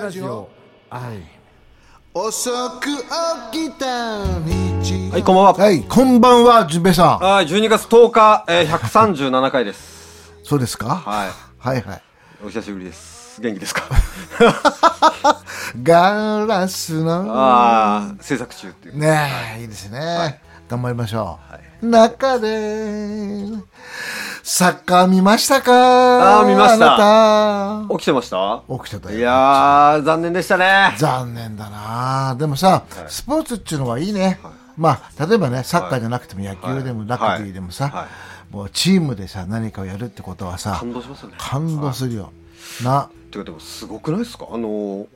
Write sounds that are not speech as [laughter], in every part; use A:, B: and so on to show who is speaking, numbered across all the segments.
A: ラジオ
B: はい
A: 遅く起きた日
C: はい、こんばんは。はい、
A: はいこんばんはじゅんべいさん
C: 12月10日、えー、137回です。 [laughs]
A: そうですか、
C: はい
A: はいはい [laughs]
C: お久しぶりです。元気ですか [laughs]
A: ガラスの
C: ああ、制作中っていう。
A: ねえ、い、いですね、頑張りましょう、中でサッカー見ましたか
C: あー見ました
A: あな
C: 起きてました
A: た起きてたよ
C: いやー、残念でしたね。
A: 残念だなでもさ、スポーツっていうのはいいね、まあ例えばねサッカーじゃなくても野球でも
C: はい
A: ラグビーでもさ、
C: はいは
A: もうチームでさ何かをやるってことはさ
C: 感動しますよね。
A: 感動するよ、な
C: てか、でもすごくないですかあのー、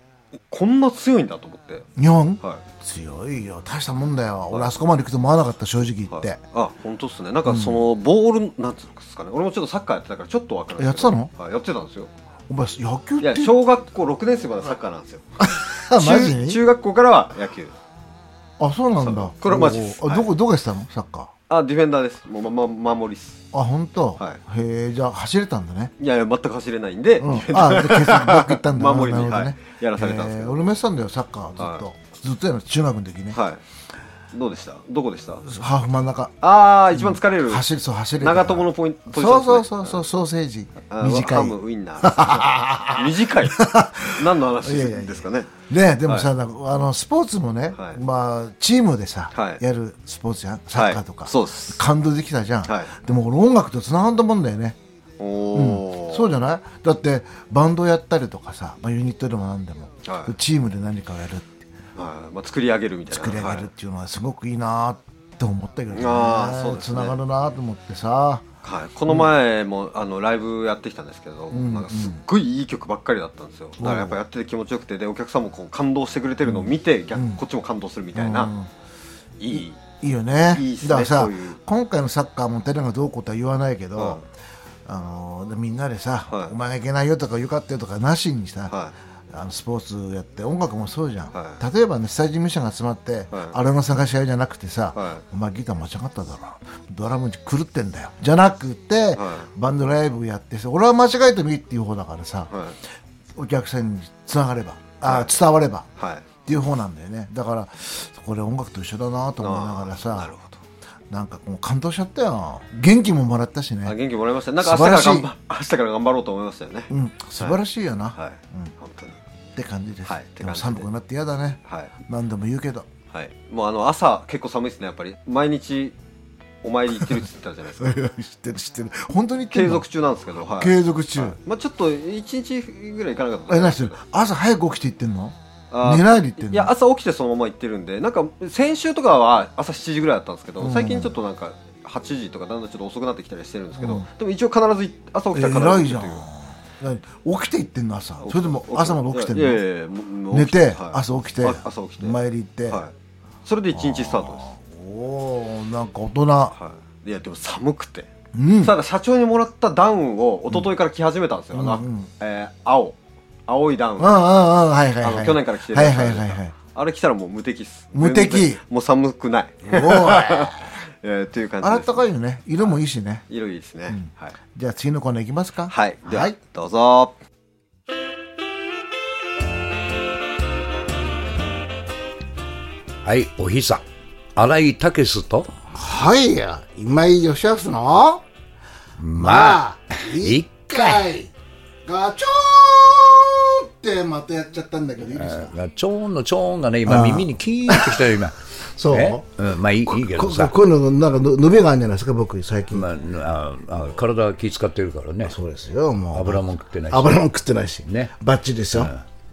C: こんな強いんだと思って。
A: 日本、
C: は
A: 強いよ大したもんだよ、俺あそこまで行くと思わなかった正直言
C: い。
A: って、
C: はい、あ、本当っすね。なんかその、ボール、なんつうんですかね。俺もちょっとサッカーやってたから、ちょっとわかるんですけど。
A: やって
C: はい、やってたんですよ。
A: お前野球っ
C: い
A: て
C: や、小学校6年生までサッカーなんですよ。
A: あマジ
C: 中
A: に
C: 中学校からは野球。
A: あそうなんだ
C: これマジです
A: おーあどこどこやってたのサッカー
C: あ、ディフェンダーです。もう、ま、ま、守りっす。
A: あ本当、
C: は
A: へえじゃあ走れたんだね
C: いやいや、全く走れないん [laughs] で、
A: うん、あで決断バック行ったんだ
C: 守りに
A: なるほど
C: はいやらされたんですけど
A: えー俺もやってたんだよサッカーずっと、
C: は
A: ずっとやるの中学の時ね、
C: はい。どうでしたどこでした
A: ハーフ真ん中
C: ああ、一番疲れる。
A: 走るそう走れ
C: 長友のポイント。ポジショ
A: そう
C: ン
A: そう
C: ですね
A: そうそうソーセージ
C: あー
A: 短
C: ハ
A: い
C: ムウインナー [laughs] 短い何の話ですかね
A: ねでもさ、なんかあのスポーツもね、
C: はい
A: まあチームでさ、
C: はい
A: やるスポーツじゃんサッカーとか、
C: はいそうです
A: 感動できたじゃん、
C: はい
A: でも俺音楽とつながんだもんだよね
C: おおー、
A: そうじゃないだってバンドやったりとかさ、まあ、ユニットでも何でも、
C: はい
A: チームで何かをやるって
C: はいまあ、作り上げるみたいな
A: 作り上げるっ
C: は
A: ていうのはすごくいいなって思ったけどね
C: あーそうです
A: つ
C: ね
A: ながるなと思ってさ
C: いはいこの前も、あのライブやってきたんですけど、なんかすっごいいい曲ばっかりだったんですよだからやっぱやってて気持ちよくてでお客さんもこう感動してくれてるのを見て、逆こっちも感動するみたいな、いい
A: いいよね
C: いいっすね
A: だからさ
C: そういう
A: 今回のサッカーもテレがどうこうとは言わないけど、
C: は
A: あのでみんなでさ、
C: はい
A: お前がいけないよとかよかったよとかなしにさ、
C: は
A: あのスポーツやって音楽もそうじゃん、
C: は
A: 例えばねスタジオ事務所が集まって、あれの探し合いじゃなくてさ、
C: は
A: お前ギター間違っただろドラム狂ってんだよじゃなくて、
C: は
A: バンドライブやってさ俺は間違えてもいいっていう方だからさ、
C: は
A: お客さんにつながればあ、伝われば
C: いはい
A: っていう方なんだよねだからこれ音楽と一緒だなと思いながらさ
C: なるほど
A: なんかもう感動しちゃったよ元気ももらったし
C: あ
A: ね、
C: 元気もらいましたなんか明日から頑張明日から頑張ろうと思いましたよね、
A: うん、素晴らしいよな、
C: はい、
A: うん
C: 本当に
A: って感じです、
C: はいって
A: でも
C: 感じで
A: 寒くなって嫌だね
C: はい
A: 何度も言うけど [laughs]
C: はい、もうあの朝結構寒いですねやっぱり毎日お参り行ってるって言ってたじゃないで
A: [laughs]
C: す
A: 知っ
C: か
A: てる知ってる本当に言ってん
C: 継
A: の
C: 続中なんですけど、はい、
A: 継続中、
C: はいまあ、ちょっと一日ぐらい行かなかった
A: え何してる朝早く起きて行ってんの
C: あー
A: 寝ないで行ってんの
C: いや朝起きてそのまま行ってるんでなんか先週とかは朝7時ぐらいだったんですけど、
A: ん
C: 最近ちょっとなんか8時とかだんだんちょっと遅くなってきたりしてるんですけど、
A: うん
C: でも一応必ずい朝起きたら
A: 偉い
C: 必ず行
A: じゃ
C: く
A: ん
C: という
A: 何起きて行ってんの朝それとも朝まで起きてんの
C: いやいやいやもうもう
A: 寝
C: 起き
A: て、
C: はい
A: 朝起きて
C: あ朝起きて
A: お参り行って、
C: はい、それで一日スタートです
A: おおなんか大人、
C: はい、いやでも寒くて、
A: うん
C: ただ社長にもらったダウンを一昨日から着始めたんですよ、あの
A: うんうん
C: えー青青いダウン、
A: うんうんうんはいはい
C: あ
A: は
C: の
A: い
C: 去年から着てる
A: は
C: や
A: い
C: つ
A: は
C: ある
A: い
C: じゃな
A: はいいは
C: ですか
A: い
C: あれ着たらもう無敵っす
A: 無敵
C: 全然もう寒く
A: [laughs]
C: ない、
A: おーい
C: えー、っていう感じ
A: あ
C: です
A: らたかいよね色もいいしね
C: 色いいですね、はい、
A: じゃあ次のコーナーいきますか
C: はい、では、
A: はい
C: どうぞ
D: はい、おひさ。荒井武史と、
E: はいや、今井義康の、
D: まあ、
E: 一
D: 一回。
E: ガチョーンってまたやっちゃったんだけど、いいですか
D: ちょーんのちょーんがね、今耳にキーンってきたよ、今。
E: [laughs] そう
D: ねうん、まあいいいいけど
E: こ
D: さ。
E: こういうの、なんかの、伸びがあるんじゃないですか、僕、最近。
D: まあ、ああ体は気使ってるからね。
E: そうですよ、もう。
D: 油も食ってないし
E: 油も食ってないし。
D: ね
E: バッチリですよ。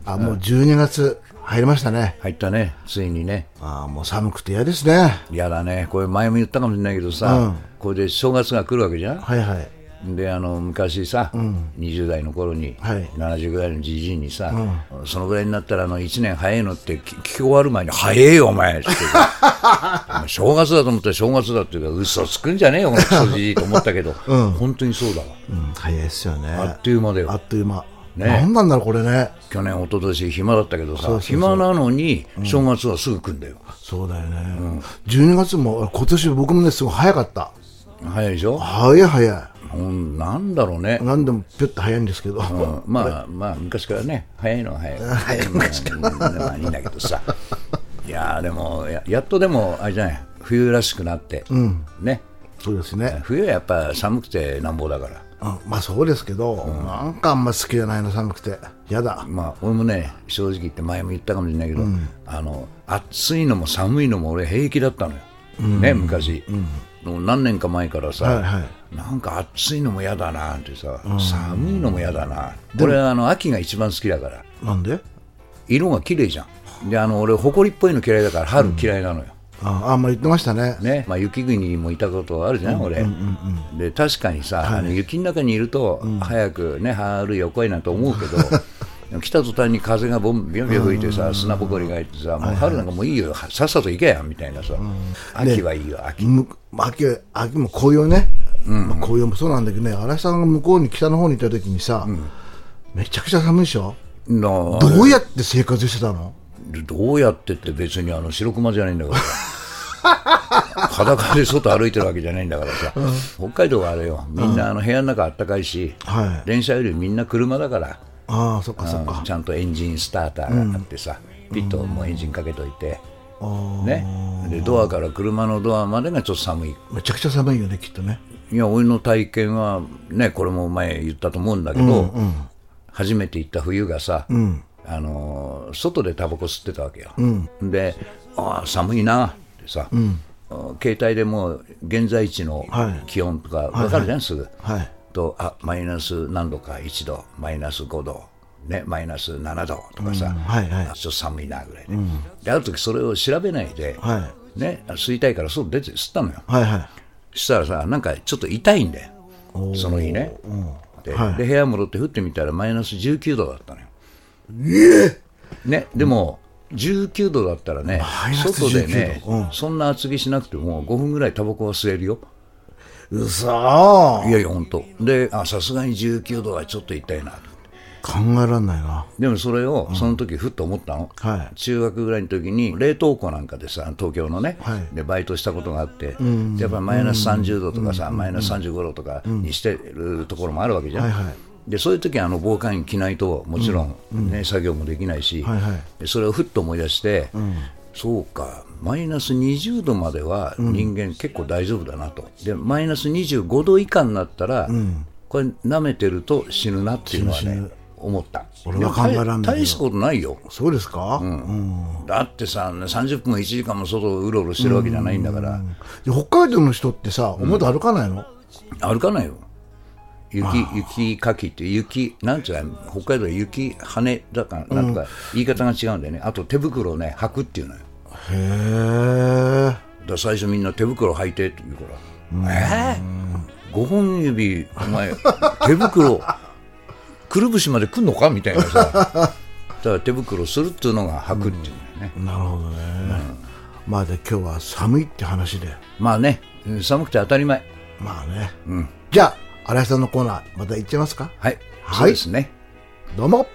E: あ、もう12月入りましたね。
D: 入ったね、ついにね。
E: あもう寒くて嫌ですね。
D: やだね、これ前も言ったかもしれないけどさ、
E: うん
D: これで正月が来るわけじゃん。
E: はいはい。
D: であの昔さ、20代の頃に、
E: はい
D: 70ぐらいのじじいにさ、そのぐらいになったらあの1年早いのってき聞き終わる前に「早えよお
E: [laughs]
D: 前」って言ってお前正月だと思ったら正月だって言うから嘘つくんじゃねえよこのクソじじいと思ったけ
E: [laughs]
D: ど、本当にそうだわ
E: うん、早いですよね。
D: あっという間だ
E: あ
D: よ
E: っという間。
D: ね
E: なんなんだろう、これね。
D: 去年一昨年暇だったけどさ
E: そうそう
D: 暇なのに正月はすぐ来んだよ、
E: そうだよね。12月も、今年僕もね、すごい早かった。
D: 早いでしょ
E: 早い早い。
D: うん、なんだろうね、
E: 何でもピュッと早いんですけど、
D: うんまあまあ昔からね早いのは早い [laughs] 早い昔から、まあまあいいんだけどさいやーでもややっとでもあれじゃない冬らしくなって、ね
E: そうですね、
D: 冬はやっぱ寒くてなんぼだから
E: うんまあそうですけど、なんかあんま好きじゃないの寒くてやだ
D: まあ俺もね正直言って前も言ったかもしれないけど、あの暑いのも寒いのも俺平気だったのよ、ね昔、もう何年か前からさ、
E: はいはい
D: なんか暑いのも嫌だなってさ、寒いのも嫌だな俺はあの秋が一番好きだから
E: なんで
D: 色が綺麗じゃんであの俺埃っぽいの嫌いだから春嫌いなのよ、
E: ああんまあ言ってましたね
D: ねまあ、雪国もいたことあるじゃん、俺、で確かにさ、あの雪の中にいると、早くね春よこいなんて思うけど [laughs] でも来た途端に風がボンビョンビョン吹いてさ、砂ぼこりがいってさ、もう春なんかもういいよさっさと行けやみたいなさ、秋はいいよ秋、
E: む秋秋も紅葉ね、まあ、紅葉もそうなんだけどね荒井さんが向こうに北の方にいた時にさ、めちゃくちゃ寒いでしょ
D: な
E: ど
D: あ
E: うやって生活してたの
D: どうやってって別にあの白熊じゃないん [laughs] だから裸で外歩いてるわけじゃないんだからさ、北海道はあれよみんなあの部屋の中あったかいし、
E: はい
D: 電車よりみんな車だから
E: ああそっかそっ
D: うん
E: か
D: ちゃんとエンジンスターターがあってさ、ピッともうエンジンかけといて、ねでドアから車のドアまでがちょっと寒い
E: めちゃくちゃ寒いよねきっとね
D: いや俺の体験はねこれも前言ったと思うんだけど、初めて行った冬がさ、あのー外でタバコ吸ってたわけよ、で「ああ寒いな」ってさ、あー携帯でもう現在地の
E: はい
D: 気温とか分かるじゃん、すぐ、
E: はい
D: とあマイナス何度か1度マイナス5度ね、マイナス7度とかさ、
E: はいはい
D: あちょっと寒いなぐらいで,、である時それを調べないで、
E: は
D: ね、吸いたいから外出て吸ったのよ、
E: はいはい
D: したらさなんかちょっと痛いんだよその日ね、で,、
E: はい
D: で部屋戻って降ってみたらマイナス19度だったのよねでも、19度だったらね
E: マイナス
D: 外でね、
E: 19度うん
D: そんな厚着しなくても5分ぐらいタバコは吸えるよ
E: うそー
D: いやいや本当であさすがに19度はちょっと痛いなと
E: 考えらんないな
D: でもそれをその時ふっと思ったの、
E: はい
D: 中学ぐらいの時に冷凍庫なんかでさ東京のね、
E: はい
D: でバイトしたことがあって、でやっぱマイナス30度とかさ、マイナス35度とかにしてるところもあるわけじゃん、
E: はいはい
D: でそういう時はあの防寒着着ないともちろん、ね作業もできないし、
E: はいはい
D: でそれをふっと思い出して、そうかマイナス20度までは人間結構大丈夫だなと、でマイナス25度以下になったら、これ舐めてると死ぬなっていうのは
E: 死ぬ死
D: ね
E: ぬ
D: 思った
E: 俺は考えらんないよ
D: でも大大したことないよ
E: そうですか、うん
D: だってさ30分も1時間も外をうろうろしてるわけじゃないんだから、
E: で北海道の人ってさ表歩かないの、
D: 歩かないよ雪雪かきって雪なんちゅうの北海道は雪羽だかなんとか言い方が違うんだよね、あと手袋をね履くっていうのよ
E: へえ
D: だから最初みんな手袋履いてって言うから、えー、5本指お前 [laughs] 手袋くるぶしまで来んのかみたいなさだから手袋するっていうのが履くっていうんだよね、
E: なるほどね、まあで今日は寒いって話で
D: まあねうん寒くて当たり前
E: まあね、じゃあ荒井さんのコーナーまた行っちゃいますか
D: はい、
E: はい
D: そうですね
E: どうも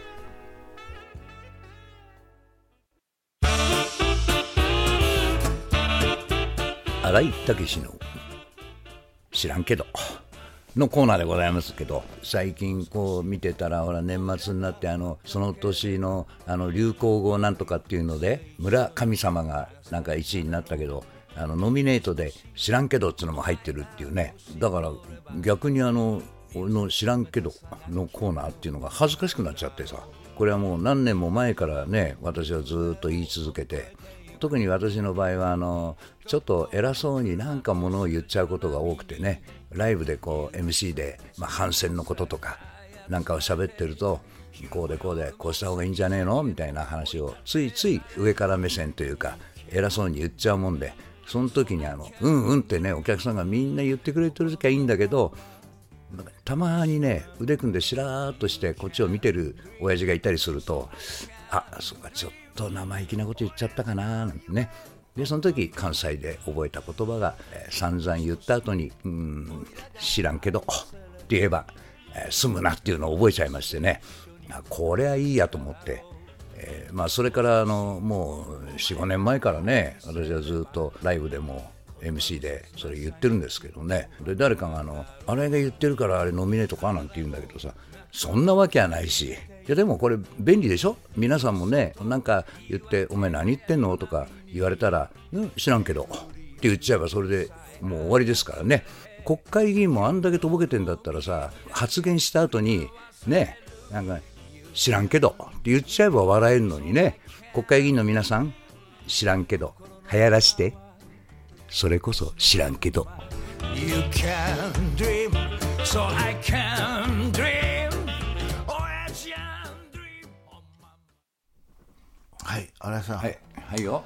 D: 新井武の「知らんけど」のコーナーでございますけど最近こう見てたらほら年末になってあのその年のあの流行語なんとかっていうので村神様がなんか1位になったけどあのノミネートで「知らんけど」っつうのも入ってるっていうねだから逆にあの俺の「知らんけど」のコーナーっていうのが恥ずかしくなっちゃってさこれはもう何年も前からね私はずーっと言い続けて特に私の場合はあのちょっと偉そうになんかものを言っちゃうことが多くてねライブでこう MC で、まあ、反戦のこととかなんかを喋ってるとこうでこうでこうした方がいいんじゃねえのみたいな話をついつい上から目線というか偉そうに言っちゃうもんでその時にあの「うんうん」ってねお客さんがみんな言ってくれてる時はいいんだけどなんかたまにね腕組んでしらーっとしてこっちを見てる親父がいたりするとあそうかちょっと生意気なこと言っちゃったかなーなんてねでその時関西で覚えた言葉が、えー散々言った後に「うーん知らんけど」って言えば「えー済むな」っていうのを覚えちゃいましてねあこれはいいやと思ってえーまあ、それからあのもう45年前からね私はずっとライブでも MC でそれ言ってるんですけどねで誰かがあの「あれが言ってるからあれノミネートか」なんて言うんだけどさそんなわけはないしいやでもこれ便利でしょ皆さんもねなんか言って「お前何言ってんの?」とか言われたら「うん知らんけど」って言っちゃえばそれでもう終わりですからね国会議員もあんだけとぼけてんだったらさ発言した後にねなんか知らんけどって言っちゃえば笑えるのにね国会議員の皆さん知らんけど流行らしてそれこそ知らんけど
A: You can dream, so I can dream. Oh, I can dream.
E: はい荒井さん、
D: はいはいよ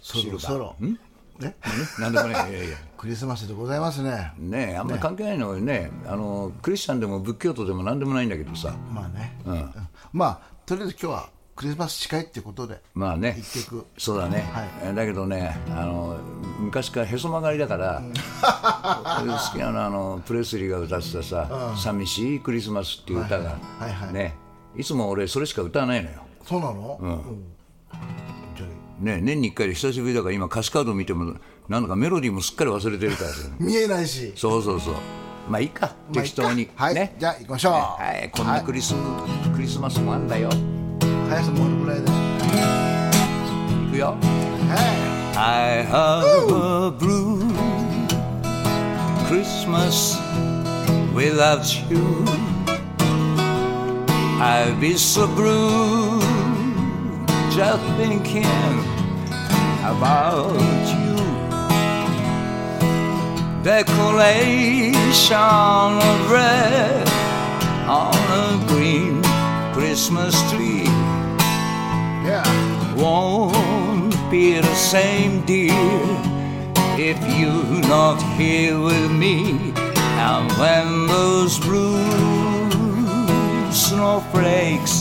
E: そろそろ
D: ん
E: ね
D: 何でもねいやいや
E: クリスマスでございますね
D: ねえあんまり関係ないのよねあのクリスチャンでも仏教徒でも何でもないんだけどさ
E: まあね、
D: ん
E: うんまあとりあえず今日はクリスマス近いってことで
D: まあね
E: 一曲
D: そうだね、
E: はい
D: えだけどねあの昔からへそ曲がりだから、好きなのはあのプレスリーが歌ってたさ「寂しいクリスマス」っていう歌が、
E: はいはいはいはい
D: ねいつも俺それしか歌わないのよ
E: そうなの、うんじゃあ
D: ね、年に1回で久しぶりだから今歌詞カード見てもなんだかメロディーもすっかり忘れてるからさ
E: 見えないし
D: そうそうそうまあいいか
E: まあい
D: 適
E: っか
D: 当に、
E: はい、
D: ね
E: じゃあ行きましょう、
D: はいこんなクリス,、クリスマスもあんだよ
E: 林さんもこれぐらいです
D: いくよ
E: は
D: I have a blue Christmas without you. I'll be so blue just thinking about you. Decoration of red on a green Christmas tree
E: い Yeah
D: won't be the same, dear, if you're not here with me. And when those blue snowflakes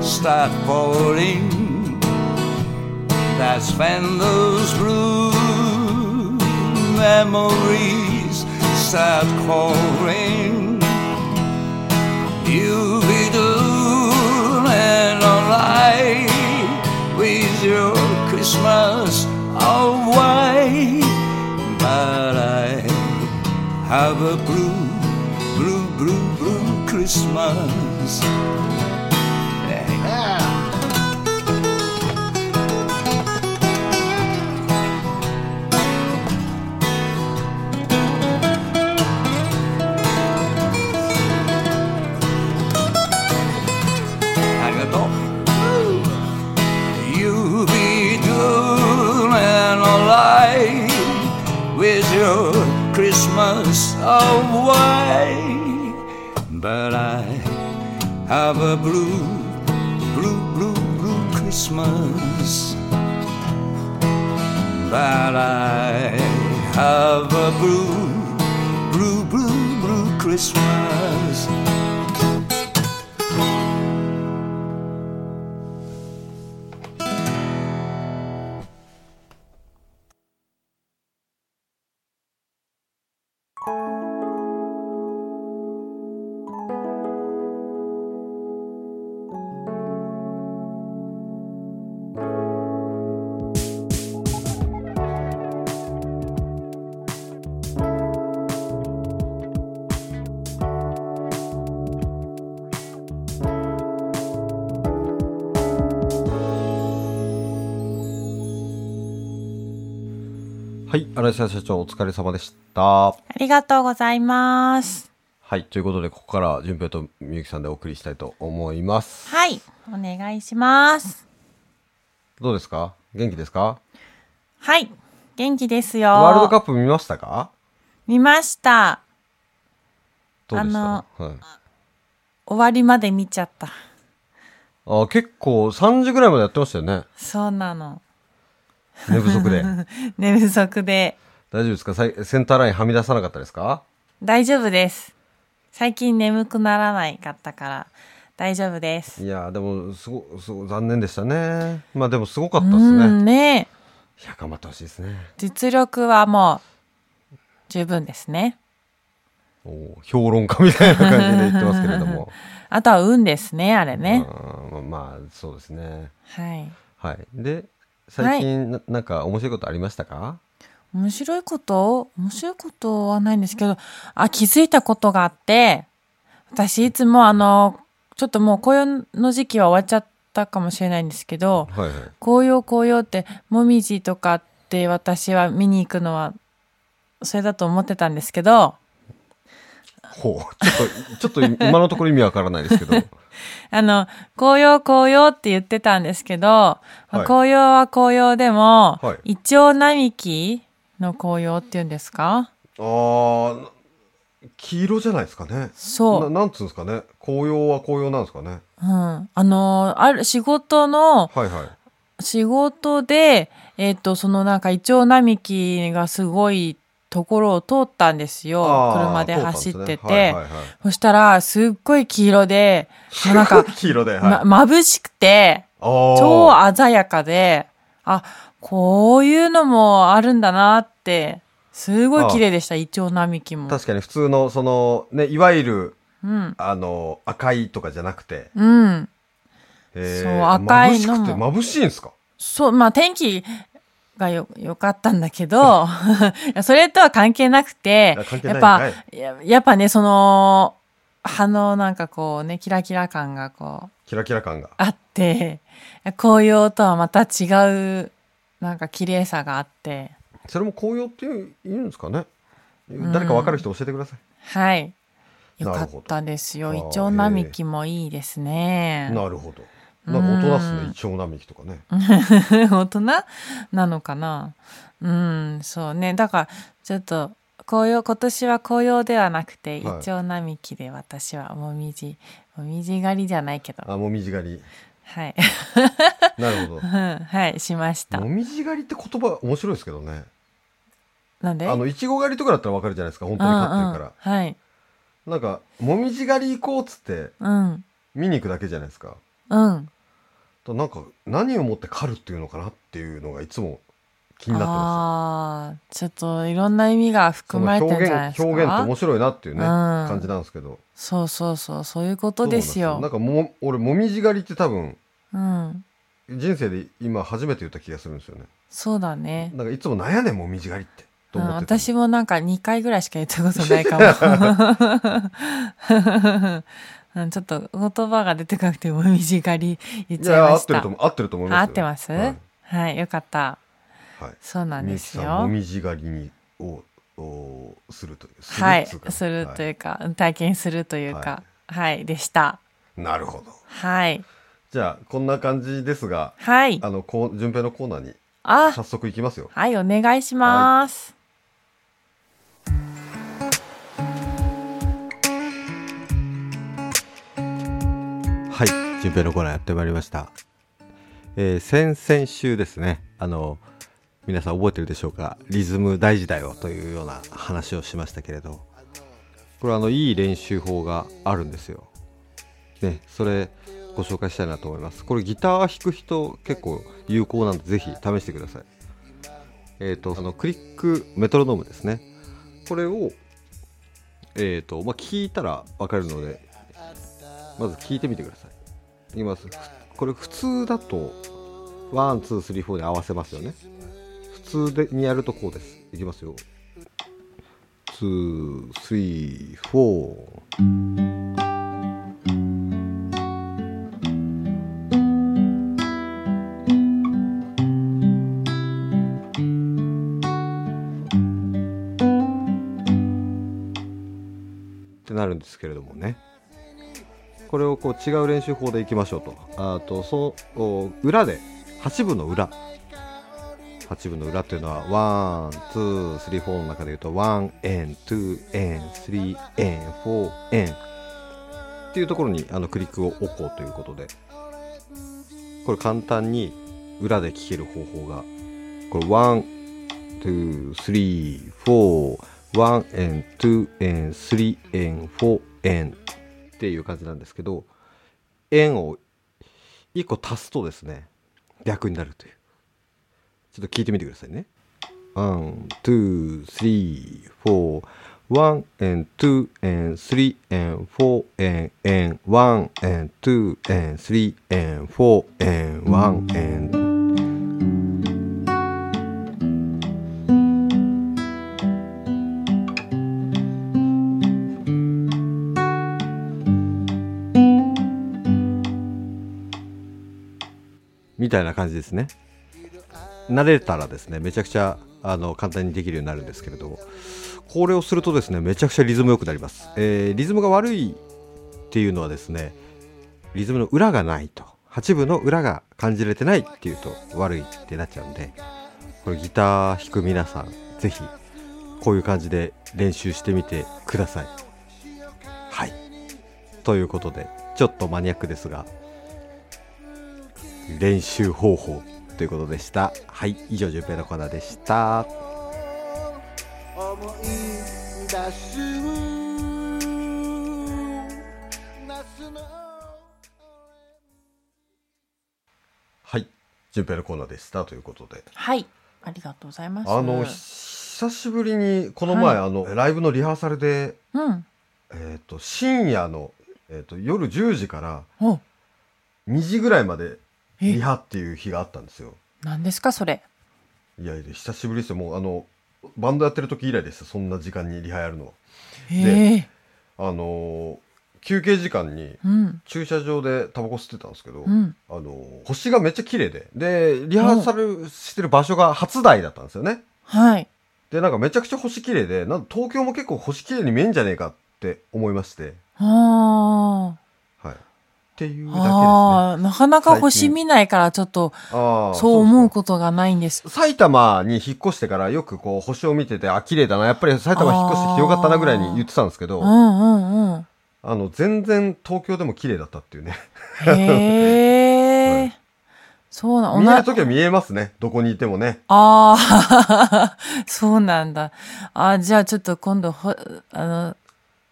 D: start falling, that's when those blue memories start calling. You'll be doing alright with your Christmas of white, but I have a blue, blue, blue, blue Christmas. Yeah. ありがとう。You be doing alright with your Christmas away, but I have a blue, blue, blue, blue Christmas. But I have a blue, blue, blue, blue Christmas.
C: はい荒井社長お疲れ様でした
F: ありがとうございます。
C: はいということでここから順平とみゆきさんでお送りしたいと思います
F: はい、お願いします。
C: どうですか元気ですか
F: はい、元気ですよ。
C: ワールドカップ見ましたか
F: 見ました。
C: どうでした
F: あ
C: はい
F: 終わりまで見ちゃった。
C: あ結構3時ぐらいまでやってましたよね
F: そうなの。
C: 寝不
F: [laughs]
C: 足で
F: 寝不足で。
C: 大丈夫ですかさいセンターラインはみ出さなかったですか
F: 大丈夫です。最近眠くならないかったから、大丈夫です。
C: いやーでもすごすご残念でしたねまあでもすごかった
F: う
C: ですね、い
F: んね。
C: や頑張ってほしいですね
F: 実力はもう、十分ですね。
C: おー評論家みたいな感じで言ってますけれども
F: あとは運ですね、あれね。
C: うんまあそうですね
F: はい。
C: はいで最近、ななんか面白いことありましたか
F: 面白いこと面白いことはないんですけど、あ、気づいたことがあって、私いつもあの、ちょっともう紅葉の時期は終わっちゃったかもしれないんですけど、
C: はいはい
F: 紅葉紅葉って、もみじとかって私は見に行くのは、それだと思ってたんですけど、
C: ほうちょっとちょっと今のところ意味わからないですけ
F: [laughs]
C: ど
F: あの、紅葉紅葉って言ってたんですけど、まあ
C: い
F: 紅葉は紅葉でも、
C: は
F: イチョウ並木の紅葉って言うんですか
C: ああ黄色じゃないですかね
F: そう
C: ななんつうんですかね紅葉は紅葉なんですかね
F: うん。あのーある仕事の、
C: はいはい
F: 仕事で、えっ、と、そのなんかイチョウ並木がすごいところを通ったんですよ。
C: あー
F: 車で走ってて。
C: そうなんですねはいはいはい
F: そしたら、すっごい黄色で、もうなんか、
C: 黄色で、 [laughs] はい
F: ま、眩しくて、超
C: あ
F: 鮮やかで、あ、こういうのもあるんだなって、すごい綺麗でした、イチョウ並木
C: ー
F: も。
C: 確かに普通のそのねいわゆる
F: うん。
C: あの赤いとかじゃなくて、
F: うん。
C: え
F: そう赤いのも
C: 眩しくて眩しいんですか
F: そう、まあ天気がよ、良かったんだけど、 [laughs] いやそれとは関係なくて
C: あ関、係
F: や
C: ない
F: っ
C: んか
F: ぱ
C: い、
F: ややっぱね、その、葉のなんかこうね、キラキラ感がこう、
C: キラキラ感が
F: あって、紅葉とはまた違う、なんか綺麗さがあって、
C: それも紅葉っていう言うんですかね誰かわかる人教えてください、
F: はい。よ
C: なる
F: か
C: ほ
F: っ
C: ど
F: たですよ。
C: あ
F: イ
C: ー
F: チョウ並木もいいですね。
C: なるほどなんか大人っすねイチョウ並木とかね
F: [laughs] 大人なのかなうん、そうね。だから、ちょっと、紅葉、今年は紅葉ではなくて、
C: はい
F: イチョウ並木で私はもみじ、もみじ狩りじゃないけど、
C: あもみじ狩り
F: はい。 [laughs]
C: なるほ
F: うんはい、しました
C: ども。みじ狩りって言葉面白いですけどね
F: なんで
C: あのいちご狩りとかだったらわかるじゃないですか本当に買ってるから、
F: うんうんはい。
C: なんかもみじ狩り行こうっつって
F: うん、
C: 見に行くだけじゃないですか
F: うん。
C: となんか何をもって狩るっていうのかなっていうのがいつも気になってます
F: ああー、ちょっといろんな意味が
C: そ
F: 含
C: の
F: まれて
C: 表
F: るん
C: 現
F: じゃないですか。
C: 表現って面白いなっていうね、
F: うん
C: 感じなんですけど
F: そうそうそう、そういうことです
C: ど
F: よ
C: う。なんかも俺もみじ狩りって多分
F: うん。
C: 人生で今初めて言った気がするんですよね
F: そうだね。
C: なんかいつもなんやねんもみじ狩りってと
F: うん、
C: 思ってた
F: 私もなんか2回ぐらいしか言ったことないかも。うんちょっと言葉が出てこなくてもみじ狩り言っ
C: い
F: ちゃい
C: や合
F: ま
C: っ
F: して
C: る
F: た。
C: と思う合ってると思いますよ
F: あ合ってます、
C: は
F: はいい、よかった。
C: はい
F: そうなん
C: みゆ
F: で
C: き
F: す
C: さんも
F: よ。
C: みじ狩りにををするというする
F: はい、
C: っつうか
F: するとい
C: は
F: うか、体験するというか、はい、でした。
C: いなるほど
F: はい、
C: じゃあこんな感じですが
F: はい、
C: あのこう順平のコーナーに
F: あ、
C: 早速いきますよ
F: はい、お願いします。
C: はい、順平のコーナーやってまいりました。えー先々週ですね、あの皆さん覚えてるでしょうか、リズム大事だよというような話をしましたけれど、これあのいい練習法があるんですよ。ね、それご紹介したいなと思います。これギター弾く人結構有効なんでぜひ試してください。えっ、とあのクリックメトロノームですね。これをえっ、とまあ聞いたらわかるのでまず聞いてみてください。いきます。ふこれ普通だと、ワン、ツー、スリー、フォーで合わせますよね。普通でにやるとこうです。いきますよ。ツー、スリー、フォー。ってなるんですけれどもね。これをこう違う練習法でいきましょうとあとそうお裏で8分の裏8分の裏っていうのはワンツースリーフォーの中で言うとワンエンツーエンスリーエンフォーエンっていうところにあのクリックを置こうということでこれ簡単に裏で聴ける方法がこれワンツースリーフォーワンエンツーエンスリーエンフォーエンっていう感じなんですけど円を1個足すとですね逆になるというちょっと聞いてみてくださいね。ワン、ツー、スリー、フォー。ワン、エン、ツー、エン、スリー、エン、フォー、エン、エン。ワン、エン、ツー、エン、スリー、エン、フォー、エン、ワン、エン。みたいな感じですね慣れたらですねめちゃくちゃあの簡単にできるようになるんですけれどもこれをするとですねめちゃくちゃリズムよくなります、えーリズムが悪いっていうのはですねリズムの裏がないと8分の裏が感じれてないっていうと悪いってなっちゃうんでこれギター弾く皆さんぜひこういう感じで練習してみてくださいはいということでちょっとマニアックですが練習方法ということでしたはい以上順平のコーナーでした
A: 思い出す夏の
C: はい順平のコーナーでしたということで
F: はい。ありがとうございます。
C: あの久しぶりにこの前、
F: はい
C: あのライブのリハーサルで、
F: うん。
C: えー、と深夜の、えー、と夜10時から
F: お、
C: 2時ぐらいまで
F: え
C: リハっていう日があったんですよ
F: 何ですか、それ。
C: いやいや久しぶりですよもうあのバンドやってる時以来ですよそんな時間にリハやるのは
F: ええ
C: あのー休憩時間に
F: うん。
C: 駐車場でタバコ吸ってたんですけど、
F: うん。
C: あのー星がめっちゃ綺麗ででリハーサルしてる場所が初台だったんですよね
F: はい。
C: でなんかめちゃくちゃ星綺麗でなんか東京も結構星綺麗に見えんじゃねえかって思いまして
F: ああ。
C: はいっていうだけですね
F: ああ、なかなか星見ないから、ちょっと、
C: あー
F: そう思う
C: そ
F: ことがないんです
C: う。そう埼玉に引っ越してからよくこう星を見ててあ綺麗だなやっぱり埼玉引っ越してきてよかったなぐらいに言ってたんですけど
F: うんうんうん。
C: あの全然東京でも綺麗だったっていうね
F: へ
C: [laughs]
F: え。そうな、
C: 見え
F: 同
C: る
F: じ。
C: 時は見えますねどこにいてもね
F: ああ、 [laughs] そうなんだ。あじゃあちょっと今度ほ、あの、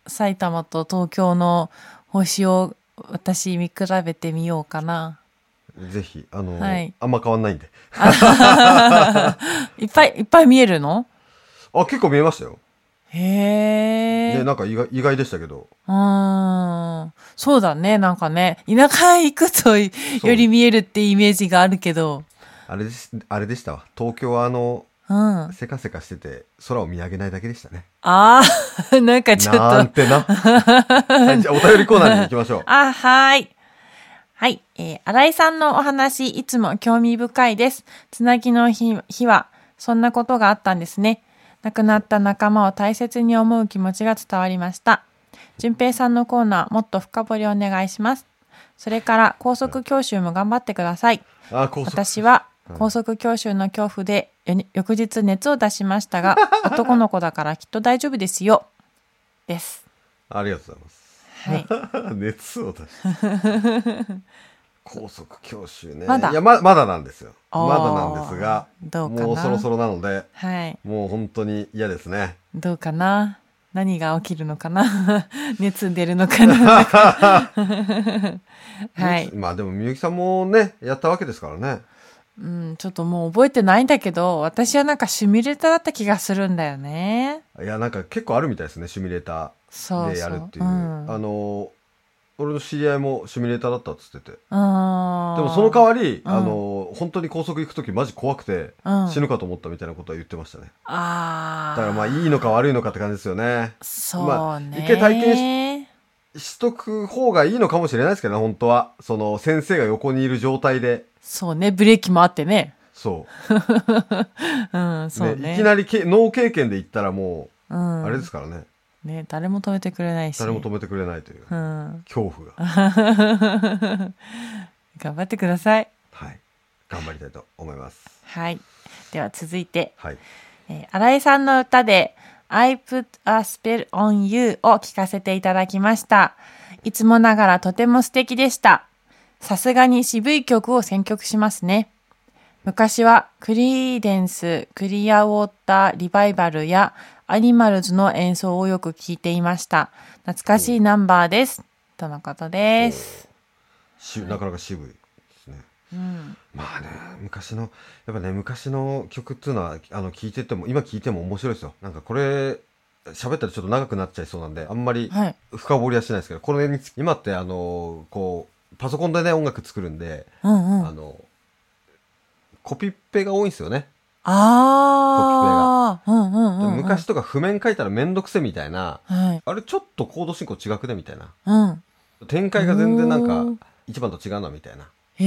F: 埼玉と東京の星を私見比べてみようかな。
C: ぜひあの、
F: はい
C: あんま変わんないんで
F: いっぱいいっぱい見えるの
C: あ結構見えましたよ
F: へえ。
C: ね
F: う
C: なんか意外意外でしたけど
F: ーん。そうだね、なんかね。田舎へ行くとい
C: そう
F: より見えるってイメージがあるけど。
C: あれですあれでしたわ東京はあの
F: うん。あ
C: せかせかしてて空を見上げないだけでしたね
F: あー、 [laughs] なんか [laughs] ちょっと。
C: なんて
F: [laughs]
C: なはいじゃあお便りコーナーに行きましょう
F: あ、はーい。はい。えー、新井さんのお話、いつも興味深いです。つなぎの日日は、そんなことがあったんですね。亡くなった仲間を大切に思う気持ちが伝わりました。淳平さんのコーナー、もっと深掘りお願いします。それから、高速教習も頑張ってください。
C: あ高速
F: 私は高速教習の恐怖でよに翌日熱を出しまし
C: [laughs]
F: たが、男の子だからきっと大丈夫ですよ。です。
C: ありがとうございます [laughs]
F: はい。
C: 熱を出して
F: [laughs]
C: 高速教習ね
F: まだ
C: いやままだなんですよ
F: あー
C: まだなんですが
F: どうかな
C: もうそろそろなので
F: はい。
C: もう本当に嫌ですね
F: どうかな何が起きるのかな [laughs] 熱出る
C: [laughs]
F: のかなはい、
C: まあでもみゆきさんもねやったわけですからね
F: うん。ちょっともう覚えてないんだけど、私はなんかシミュレーターだった気がするんだよね。
C: いやなんか結構あるみたいですねシミュレータ
F: そ
C: ー
F: う
C: で
F: そ
C: や
F: う。
C: るっていう
F: うん、
C: あの俺の知り合いもシミュレーターだったっつってて
F: で
C: でもその代
F: わ
C: わり、
F: うん
C: あの本当に高速行く時マジ怖くて、
F: うん
C: 死ぬかと思ったみたいなことは言ってましたね
F: あ
C: だか
F: あ。
C: らまあいいのか悪いのかって感じですよねま
F: そ
C: あ
F: うね、
C: 一回体験しとく方がいいのかもしれないですけどね本当はその先生が横にいる状態で
F: そうね、ブレーキもあってね。
C: そ
F: うん、
C: う
F: そうね。
C: ねいきなりけ脳経験で行ったらも
F: うん、
C: うあれですからね、
F: ね、誰も止めてくれないし。
C: 誰も止めてくれないという
F: うん。 [laughs]
C: 恐怖が、
F: 頑張ってください。
C: はい頑張りたいと思います
F: はい。では続いて、
C: はい
F: えー新井さんの歌で I put a spell on you を聴かせていただきました。いつもながらとても素敵でした。さすがに渋い曲を選曲しますね。昔はクリーデンス、クリアウォーター、リバイバルやアニマルズの演奏をよく聴いていました。懐かしいナンバーです。とのことです。
C: しなかなか渋いですね、まあね昔のやっぱね昔の曲っていうのはあの聞いてても今聞いても面白いですよなんかこれ喋ったらちょっと長くなっちゃいそうなんであんまり
F: はい。
C: 深掘りはしないですけどこれにつ今ってあのこうパソコンでね音楽作るんで、
F: うんうん。
C: あのコピペが多いんですよね、
F: ああ。うんうんうん、うん。
C: で昔。とか譜面書いたらめんどくせみたいな
F: はい。
C: あれちょっとコード進行違くねみたいな
F: うん。
C: 展開が全然なん
F: おー
C: か一番と違うなみたいな
F: へ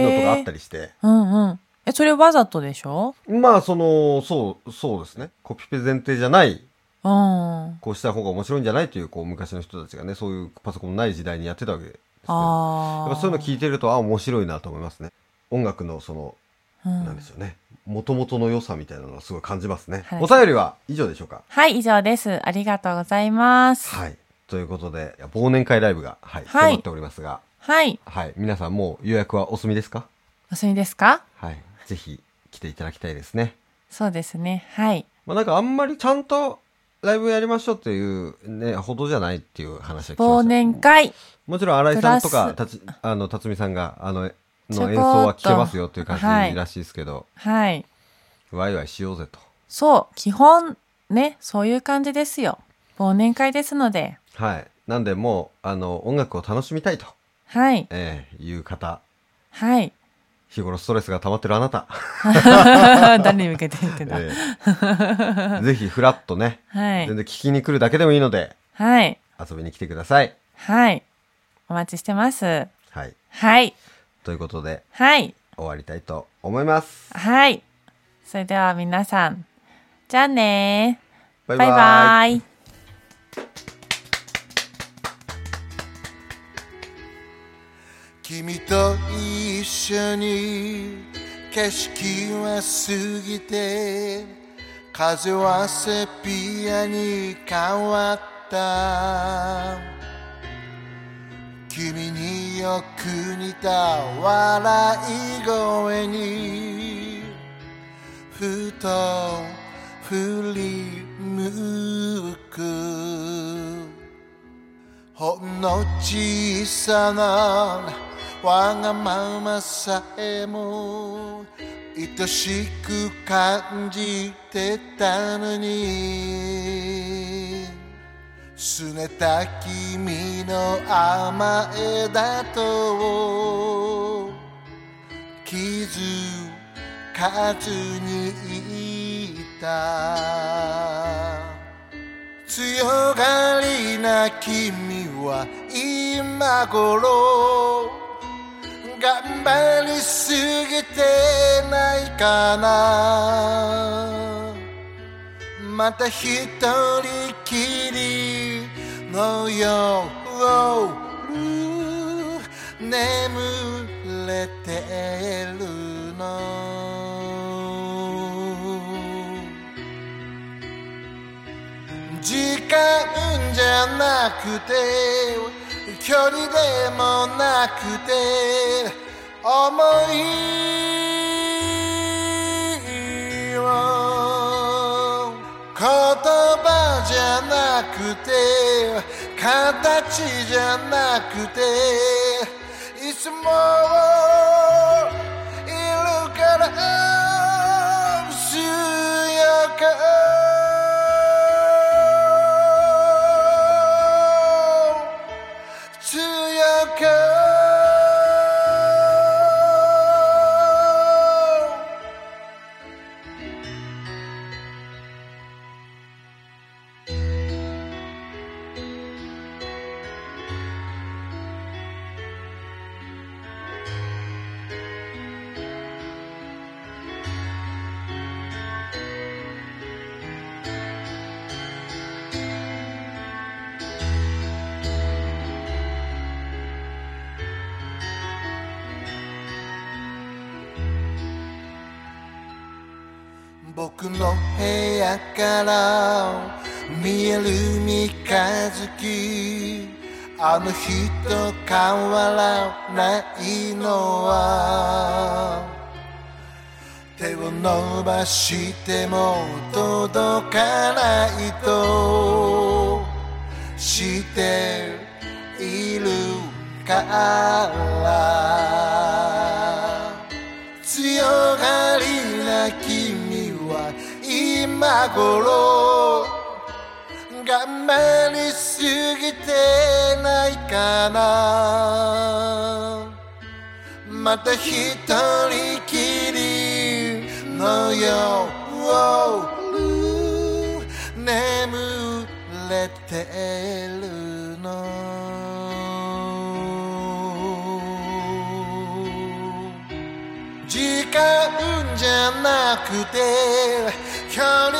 F: へ
C: のとかあ
F: え
C: ったりして、
F: うんうんえそれわざとでしょ
C: まあそのそうそうですねコピペ前提じゃない
F: うんあ
C: こうした方が面白いんじゃないというこう昔の人たちがねそういうパソコンない時代にやってたわけですけどやっ
F: あ
C: ぱそういうの聞いてるとあ面白いなと思いますね音楽のその、
F: うん
C: なんでしょうねもともとの良さみたいなのをすごい感じますね、
F: はい
C: お便りは以上でしょうか
F: はい以上ですありがとうございます
C: はいということで忘年会ライブが、はい、
F: はい
C: 迫っておりますが
F: はい
C: はい皆さんもう予約はお済みですか
F: お済みですか
C: はいぜひ来ていただきたいですね
F: そうですねはい
C: まあなんかあんまりちゃんとライブやりましょうっていうねほどじゃないっていう話は聞きました
F: 忘年会
C: もちろん新井さんとか
F: プ
C: たちあの辰巳さんがあの
F: ちょこっ
C: の
F: と
C: 演奏は聞けますよっていう感じらしいですけど、
F: はい
C: ワイワイしようぜと
F: そう基本ねそういう感じですよ忘年会ですので
C: はいなんでもうあの音楽を楽しみたいと、
F: はい
C: えーいう方
F: はい
C: [laughs] 日頃ストレスが溜まってるあなた、
F: 誰に向けて言ってんだ、
C: え
F: [laughs]
C: ーぜひフラッとね、
F: はい
C: 全然聞きに来るだけでもいいので
F: はい
C: 遊びに来てください
F: はいお待ちしてます
C: はい
F: はい
C: ということで
F: はい
C: 終わりたいと思います
F: はいそれでは皆さんじゃあね
C: バ
F: ー
C: イバ
F: バ
C: イ
F: イバイ
A: 君と一緒に景色は過ぎて風はセピアに変わった君によく似た笑い声にふと振り向くほんの小さなわがままさえも愛しく感じてたの
D: e
A: に拗ねた君の甘えだと気づかずにいた強がりな君は今頃頑張りすぎてないかなまた一人きりの夜眠れてるの時間じゃなくて距離でもなくて思いを言葉じゃなくて形じゃなくていつもいるから強く to your girl.「僕の部屋から見える三日月」「あの日と変わらないのは」「手を伸ばしても届かないと」しているから強がりな君は今頃頑張りすぎてないかなまた一人きりの夜眠れてるの時間じゃなくて距離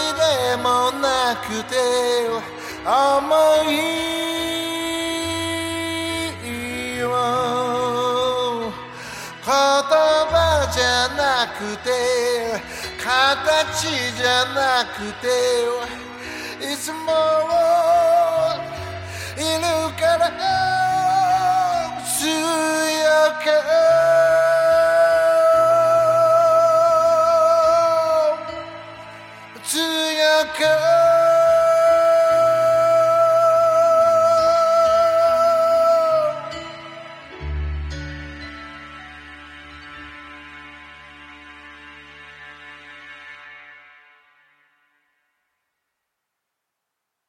A: でもなくて思いを言葉じゃなくて形じゃなくていつもいるから強く強く